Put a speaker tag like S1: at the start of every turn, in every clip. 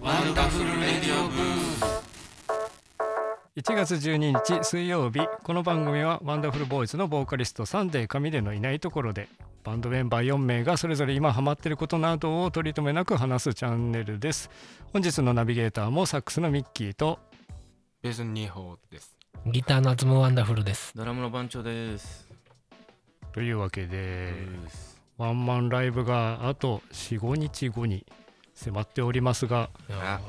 S1: ワンダフルレディオブー
S2: 1月12日水曜日この番組はワンダフルボーイズのボーカリストサンデー神でのいないところでバンドメンバー4名がそれぞれ今ハマってることなどを取り留めなく話すチャンネルです本日のナビゲーターもサックスのミッキーと
S1: ベースの二宝です
S3: ギターのアズムワンダフルです。
S4: ドラムの番長です。
S2: というわけで
S4: です
S2: ワンマンライブがあと45日後に迫っておりますが
S3: いや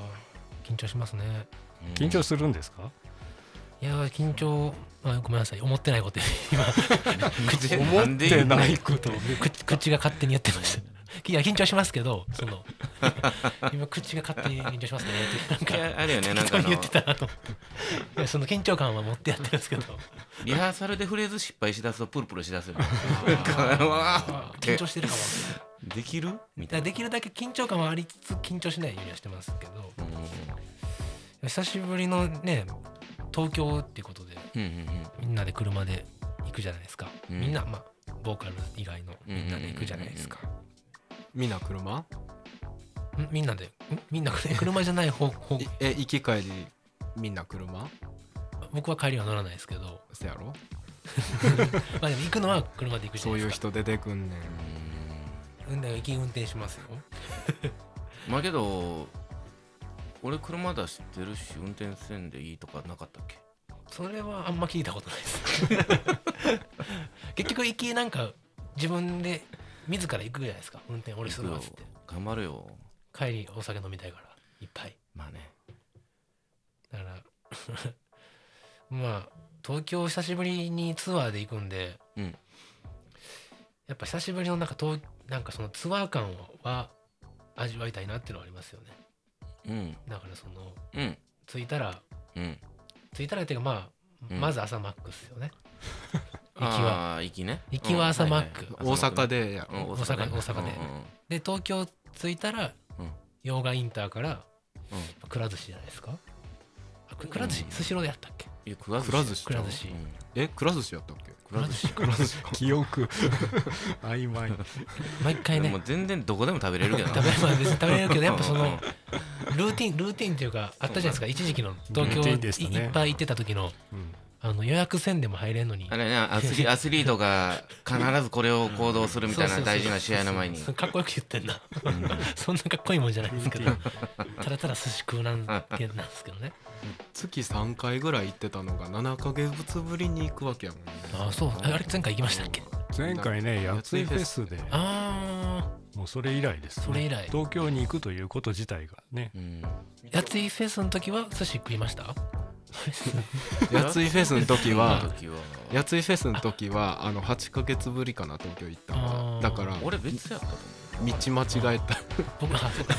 S3: ー緊張しますね。
S2: 緊張するんですか、
S3: いやー緊張、あ、ごめんなさい思ってないこと今
S4: 口
S2: 思ってないこと
S3: 口口が勝手にやってました。 いや緊張しますけどその 今口が勝手に緊張しますねってなんか
S4: あるよねなん
S3: 適当
S4: かあ
S3: に
S4: の
S3: 言ってたなと思っていやその緊張感は持ってやってるんですけど
S4: リハーサルでフレーズ失敗しだすとプルプルしだすよねなんかあのわーって
S3: 緊張してるかも
S4: できるみたい
S3: だからできるだけ緊張感はありつつ緊張しないようにはしてますけど
S4: な
S3: 久しぶりのね東京っていうことで
S4: うんうんうん
S3: みんなで車で行くじゃないですか、
S4: うん
S3: みんなまあボーカル以外のみんなで行くじゃないですか、
S1: みんな車
S3: んみんなでんみんな え車じゃない方方
S1: いえ行き帰りみんな車
S3: 僕は帰りは乗らないですけど
S1: せやろ
S3: まあでも行くのは車で行くじゃ
S1: そう
S3: ない
S1: いう
S3: ですか
S1: 人出てくんねん
S3: そういう人行き運転しますよ
S4: うんまあけど俺車出してるし運転せんでいいとかなかったっけ
S3: それはあんま聞いたことないです 結局行きなんか自分で自ら行くじゃないですか運転俺するわっつって
S4: 頑張るよ
S3: 帰りお酒飲みたいからいっぱい
S4: まあね
S3: だから まあ東京久しぶりにツアーで行くんで、
S4: うん
S3: やっぱ久しぶりのなんか東なんかそのツアー感は味わいたいなっていうのはありますよね
S4: うん
S3: だからその
S4: うん
S3: 着いたら
S4: うん
S3: 着いたらっていうかまあ、
S4: うん
S3: まず朝マックっすよね行きは
S4: ああ行きね
S3: 行きは朝マック
S4: うんはい
S1: 大
S4: はい朝マッ
S1: 阪
S4: クね
S1: でやろ
S4: うん
S3: 大阪大阪
S4: うん
S3: で
S4: うんうん
S3: で東京着いたら、
S4: うん
S3: 洋画インターから
S4: うん
S3: くら寿司じゃないですかあくくら寿司
S4: うん
S3: スシローでやったっけ
S4: いやくら寿司
S1: くら寿司
S3: くら寿司
S4: うん
S1: えくら寿司やったっけ
S4: くら寿司
S3: くら寿司
S2: 記憶 曖昧
S3: 毎 回ね
S4: もう全然どこでも食べれるけど
S3: 食べ,、まあ、別に食べ れるけどやっぱそ
S4: うんう
S3: の
S4: ん
S3: ルーティンルーティンっていうかあったじゃないですか一時期の東
S2: ルー
S3: 京
S2: ティ
S3: い,、
S2: ンでしたね
S3: っぱい行ってた時の
S2: うん
S3: あの予約せんでも入れんのに
S4: あれねアスリアスリートが必ずこれを行動するみたいな大事な試合の前に
S3: そうそうそうかっこよく言ってんな そんなかっこいいもんじゃないですけどただただ寿司食うなんけなんですけどね
S1: 月3回ぐらい行ってたのが7ヶ月ぶりに行くわけやもんね
S3: ああそうああれ前回行きましたっけ
S2: 前回ねやついフェスで
S3: あ
S2: もうそれ以来です、ね、
S3: それ以来
S2: 東京に行くということ自体がね
S4: うん
S3: あやついフェスの時は寿司食いました
S1: やついフェスの時は
S4: 時は
S1: やついフェスの時はあの8ヶ月ぶりかな東京行ったの
S3: あー
S1: がだから道
S4: 俺別やったと思
S1: 間違えた
S3: 僕はそうか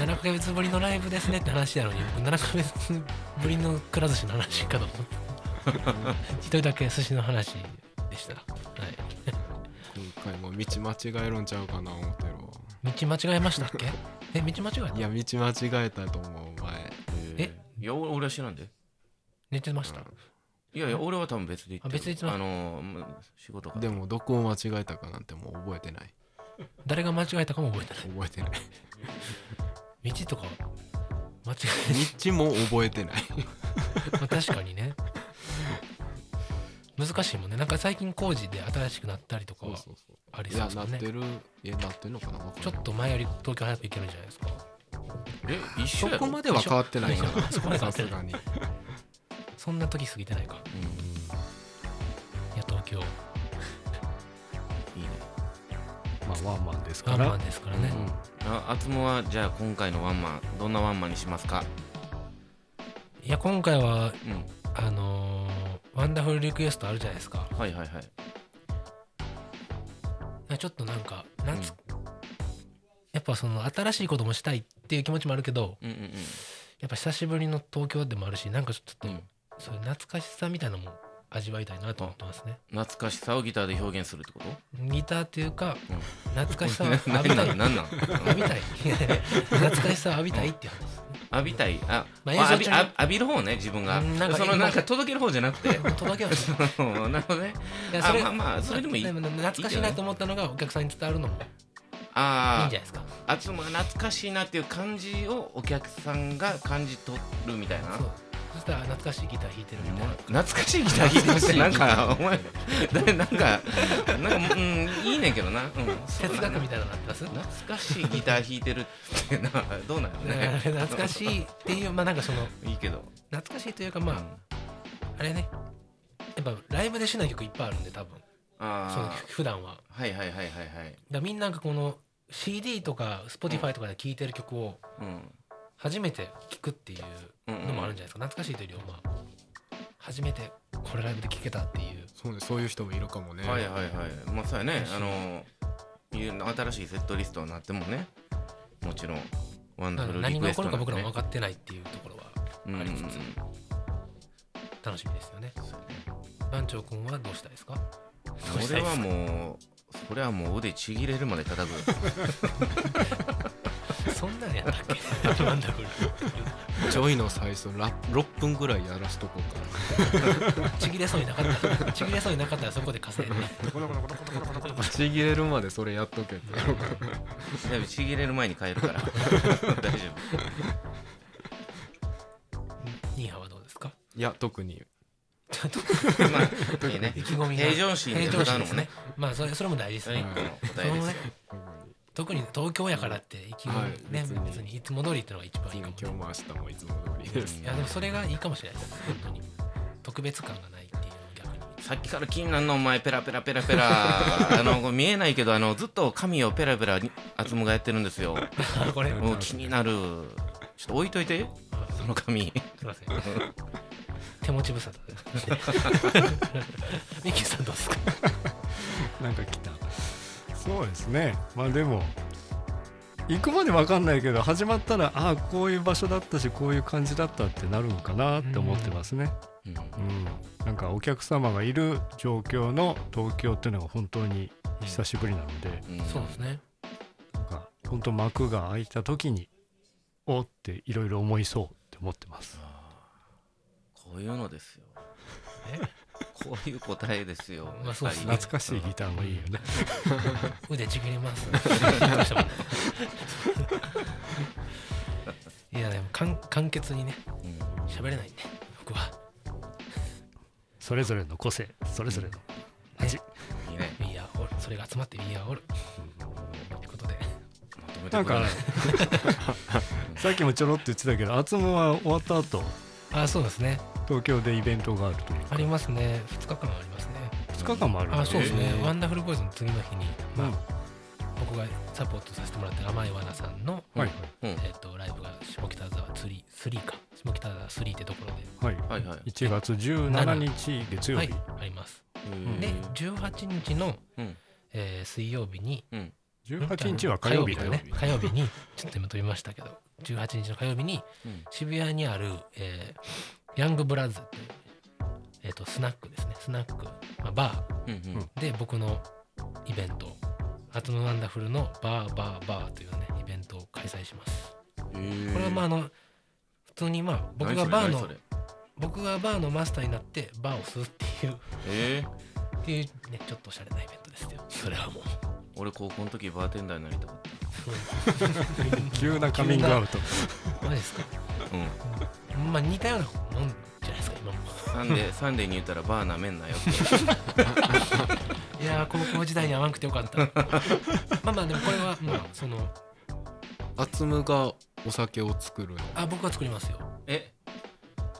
S3: 7ヶ月ぶりのライブですねって話なのに僕7ヶ月ぶりのくら寿司の話かと思って一人だけ寿司の話でしたはい
S1: 今回も道間違えるんちゃうかな思ってるわ
S3: 道間違えましたっけえ道間違え
S1: い
S3: た
S1: や道間違えたと思う前
S4: う
S3: え
S4: いや俺俺は知らんで
S3: 寝てました
S4: いやいや俺は多分別で行ってる
S3: あ別で行ってた
S4: あのもう仕事が
S1: でもどこを間違えたかなんてもう覚えてない
S3: 誰が間違えたかも覚えて
S1: 覚えてない
S3: ない道とか間違
S1: 道も覚えてない
S3: えまあ確かにね難しいもんねなんか最近工事で新しくなったりとかは
S1: そうそ
S3: あり
S1: い
S3: そう
S1: や
S3: です
S1: な
S3: よ
S1: っ
S3: ね
S1: てるえなってるのかなわかん
S3: ちょ
S1: ない
S3: っと前より東京早く行けるんじゃないですか
S4: え一緒や
S1: そ
S4: ろ
S1: こまでは変わってないか
S3: 一緒 そこまで変わ
S1: なさ
S3: ってない
S1: すがに
S3: そんな時過ぎてないか
S4: うん
S3: いや東京
S4: いいね
S2: まあワンマンですか
S3: ワンマ
S2: ら
S3: ンですからね、
S4: ああつもはじゃあ今回のワンマンどんなワンマンにしますか
S3: いや今回は
S4: うん
S3: あのーワンダフルリクエストあるじゃないですか
S4: はいはいはい
S3: いやちょっとなんか夏、やっぱその新しいこともしたいっていう気持ちもあるけど
S4: うんうん
S3: やっぱ久しぶりの東京でもあるしなんかちょっと、
S4: うんうん
S3: そういう懐かしさみたいなのも味わいたいなと思ってますね
S4: 懐かしさをギターで表現するってこと
S3: ギターっていうか、
S4: うん
S3: 懐かしさを 浴
S4: 何
S3: びた
S4: ないんなんなん
S3: 浴びたい いやいや懐かしさを浴びたいっていう話
S4: 浴びたいあ、
S3: ま
S4: あ
S3: あ映
S4: 浴
S3: 像
S4: び
S3: 中に
S4: あ浴びる方ね自分が
S3: うんなんか
S4: そのなんか届ける方じゃなくて
S3: 届けはしない
S4: なるほどね
S3: いや
S4: あまあまあそれでもいい
S3: 懐かしいなと思ったのがお客さんに伝わるのも
S4: あああ
S3: いいんじゃないですか
S4: あっちも懐かしいなっていう感じをお客さんが感じ取るみたいな
S3: そうそしたら懐かしいギター弾いてるみたい
S4: 懐
S3: な
S4: かしいギター弾いてるなんかお前誰なんかなんかうんいいねんけどな、うん、そう
S3: 哲
S4: だな
S3: 学みたいなのあってます
S4: 懐かしいギター弾いてるってなどうなのね
S3: 懐かしいっていうまあなんかその
S4: いいけど
S3: 懐かしいというかまああれねやっぱライブでしない曲いっぱいあるんで多分
S4: あ
S3: その
S4: あ
S3: 普段はだか
S4: ーはいはいはいはいはい
S3: らみんななんかこの CD とか Spotify とかで聴いてる曲を
S4: うん
S3: 初めて聴くっていうのもあるんじゃないですか懐かしいというよりはまあ初めてこれライブで聴けたっていう
S1: そうねそういう人もいるかもね、
S4: はいはいはいまあそうやね
S3: 確
S4: あ
S3: かに
S4: のいう新しいセットリストになってもねもちろんワンダ
S3: な
S4: フ
S3: んか
S4: ルリ
S3: 何
S4: ク
S3: が
S4: エ
S3: 起
S4: スト
S3: こるか
S4: んて
S3: 僕らも
S4: ね
S3: 分かってないっていうところは
S4: うん
S3: ありつつ楽しみですよね番長君はどうしたいですかどうした
S4: 俺
S3: いです
S4: は
S3: か
S4: もうそれはもう腕ちぎれるまで叩く
S3: そんなんやったっけワンダフル
S1: ジョイの最初ラ6分ぐらいやらしとこうかな
S3: ちぎれそうになかったらちぎれそうになかったらそこで稼いでね
S1: ちぎれるまでそれやっと けってやろうか
S4: だいぶちぎれる前に帰るから 大丈
S3: ニーハはどうですか
S1: いや特に
S3: ちょっと
S4: 夫まあいいね
S3: 意気込みが
S4: 平常心で
S3: 平常
S4: 歌う
S3: 心
S4: の
S3: で
S4: も
S3: す
S4: ね
S3: ねまあそれそれも大事です
S4: 第一
S3: ね
S4: 個の
S3: そ
S4: 答え
S3: の
S4: です
S3: ね
S4: よ
S1: 特に
S3: 特に東京やからって意気込みね
S1: はい別に
S3: 別にいつも通りってのが一番いいか
S1: 今
S3: も
S1: 日も明日もいつも通りです
S3: いやでもそれがいいかもしれないです本当に特別感がないっていうの逆に
S4: さっきから気になるのお前ペラペラペラペラあのこう見えないけどあのずっと髪をペラペラにあつむがやってるんですよ
S3: あこれ
S4: もう気になるちょっと置いといて
S3: あ
S4: その髪
S3: すいません手持ち無沙汰で ミッキーさんどうですか
S2: なんか来たそうですねまあでも行くまで分かんないけど始まったらああこういう場所だったしこういう感じだったってなるのかなって思ってますね、
S4: うん
S2: うん、なんかお客様がいる状況の東京っていうのが本当に久しぶりなので、
S4: うん
S3: そうですね
S2: なんか本当幕が開いた時におーっていろいろ思いそうって思ってます
S4: こういうのですよ
S3: え
S4: こういう答えですよ
S3: まあそうですね
S2: 懐かしいギターもいいよね
S3: 腕ちぎれ ますどうしてもねいやでもかん簡潔にね
S4: うん
S3: 喋れないんで僕は
S2: それぞれの個性それぞれの味
S4: いいね
S3: 「We are all」それが集まって「We are all」ってことで
S4: まとめて
S2: なん
S4: くれ
S2: か
S4: ない
S2: さっきもちょろっと言ってたけど厚むは終わった後
S3: あそうですね
S2: 東京でイベントがあるという
S3: あ
S2: か
S3: りますね2日間ありますね
S2: 2日間もあるんだ
S3: あそうですね
S2: へ
S3: 「
S2: ー
S3: ワンダフルボーイズ」の次の日に、まあ
S2: うん
S3: 僕がサポートさせてもらってる甘いわなさんの、
S2: はい
S4: うん
S3: えっとライブが下北沢3 3か下北沢3ってところで
S2: はい、
S4: はいはい
S2: 1月17日月曜
S3: は
S2: 日、
S3: いあります
S4: うん
S3: で18日の、
S4: うん
S3: えー水曜日に
S4: うん
S2: 18日は火曜日だよ
S3: ね火曜日にちょっと今飛びましたけど18日の火曜日に
S4: うん
S3: 渋谷にある、えーヤングブラズっていう、えー、とスナックですねスナック、まあ、バ
S4: うんうん
S3: ーで僕のイベント「アトノワンダフル」のバーバーバーというねイベントを開催します
S4: こ
S3: これはまああの普通にまあ僕がバーの
S4: え
S3: 僕がバーのマスターになってバーをするっていう
S4: え
S3: っていうねちょっとおしゃれなイベントですよそれはもう
S4: 俺高校の時バーテンダーになりたかっ
S2: 急なカミングアウト
S3: マジですか
S4: たう
S3: まあ似たようなもんじゃないですか今も
S4: んサンデ ーサンデーに言ったらバーなめんなよって
S3: いやー高校時代に甘くてよ かったまあまあでもこれはまあその
S1: アツムがお酒を作るの
S3: あ僕は作りますよ
S4: え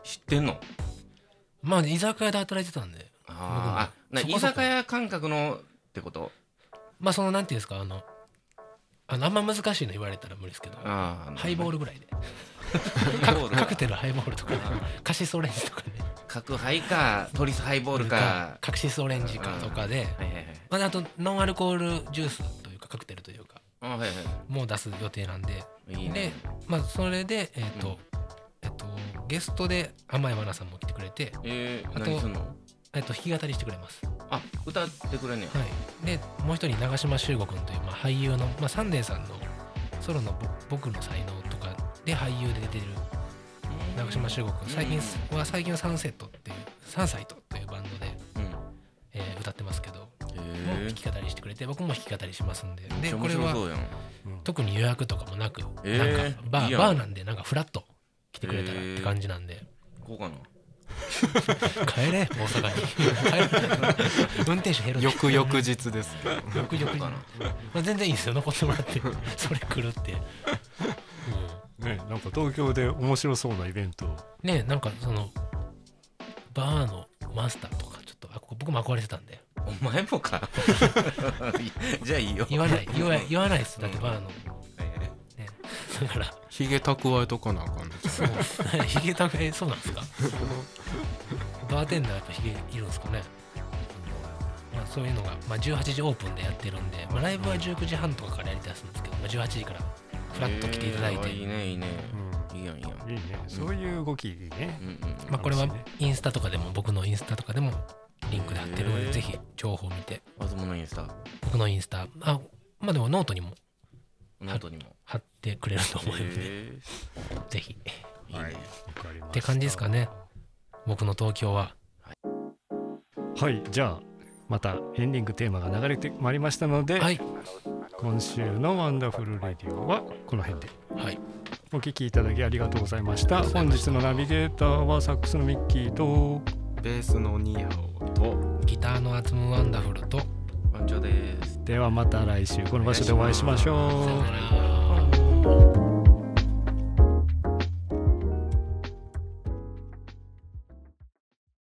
S4: 知ってんの
S3: まあ居酒屋で働いてたんで
S4: あーあな
S3: そこそこ
S4: 居酒屋感覚のってこと
S3: まあそのなんていうんですかあのあのあんま難しいの言われたら無理ですけど
S4: ああ
S3: ハイボールぐらいで
S4: ハイボール
S3: カクテルハイボールとかねカシスオレンジとかね
S4: 角ハイかトリスハイボールか
S3: カクシスオレンジかとかで
S4: はいはいはい
S3: まああとノンアルコールジュースというかカクテルというか
S4: あはいは
S3: もう出す予定なんで
S4: いいいね
S3: まあそれでえっ、と、
S4: うん
S3: えっとゲストで甘いわなさんも来てくれて、
S4: えー
S3: あと
S4: 何すんの
S3: えっと、弾き語りしてくれます、は
S4: あ歌ってくれんねや
S3: い、でもう一人長嶋修吾君という、まあ、俳優の、まあ、サンデーさんのソロのぼ「僕の才能」とかで俳優で出てる長嶋修吾君最近すは最近はサンセットっていうサンサイトというバンドで、
S4: うん
S3: えー歌ってますけど
S4: え
S3: も
S4: え
S3: 弾き語りしてくれて僕も弾き語りしますんで
S4: めっ
S3: で
S4: ちゃ
S3: こ
S4: 面
S3: れ
S4: 白
S3: は
S4: そうやん
S3: 特に予約とかもなく、
S4: えー
S3: なんかバ
S4: いい
S3: ー
S4: やん
S3: バーなんでなんかフラッと来てくれたらって感じなんで、
S4: こうかな
S3: 帰れ大阪に 帰 れ運転手減る
S1: 翌々 日ですけど
S3: 翌々に
S4: かな
S3: まあ、全然いいですよ残ってもらって それ来るって、うん、
S2: ねなんか東京で面白そうなイベント
S3: ねなんかそのバーのマスターとかちょっとあここ僕も憧れてたんで
S4: お前も かじゃあいいよ
S3: 言わ ない言わ言わないですだってバーの
S4: え
S3: ねだから
S1: ひげ蓄えとかなあかんのじゃ
S3: そう ひげたえそうなんですかバーテンダーやっぱひげいるんですかねまあそういうのが、まあ、18時オープンでやってるんで、まあ、ライブは19時半とかからやりだすんですけど、まあ、18時からフラッと来ていただいて、
S4: えーいいねいいねいいやんいいやん
S2: いいねそういう動きいいね
S4: うんうん
S3: まあ、これは
S2: 楽しいね
S3: インスタとかでも僕のインスタとかでもリンクで貼ってるの
S4: へ
S3: で
S4: ー
S3: ぜひ情報を見て
S4: あずものインスタ
S3: 僕のインスタあまあでもノートにも
S4: ノートにも
S3: 貼ってくれると思うんで
S4: え
S3: ぜひ
S4: ーいいね
S2: わかりました
S3: って感じですかね僕の東京は
S2: はいじゃあまたエンディングテーマが流れてまいりましたので、
S3: はい
S2: 今週の「ワンダフルレディオ」はこの辺で
S3: はい
S2: お聞きいただきありがとうございました本日のナビゲーターはサックスのミッキーと
S1: あベースのニーハオと
S3: ギターの「アツムワンダフル」と
S4: 番長です
S2: ではまた来週この場所でお会いしましょう
S3: 「さよなら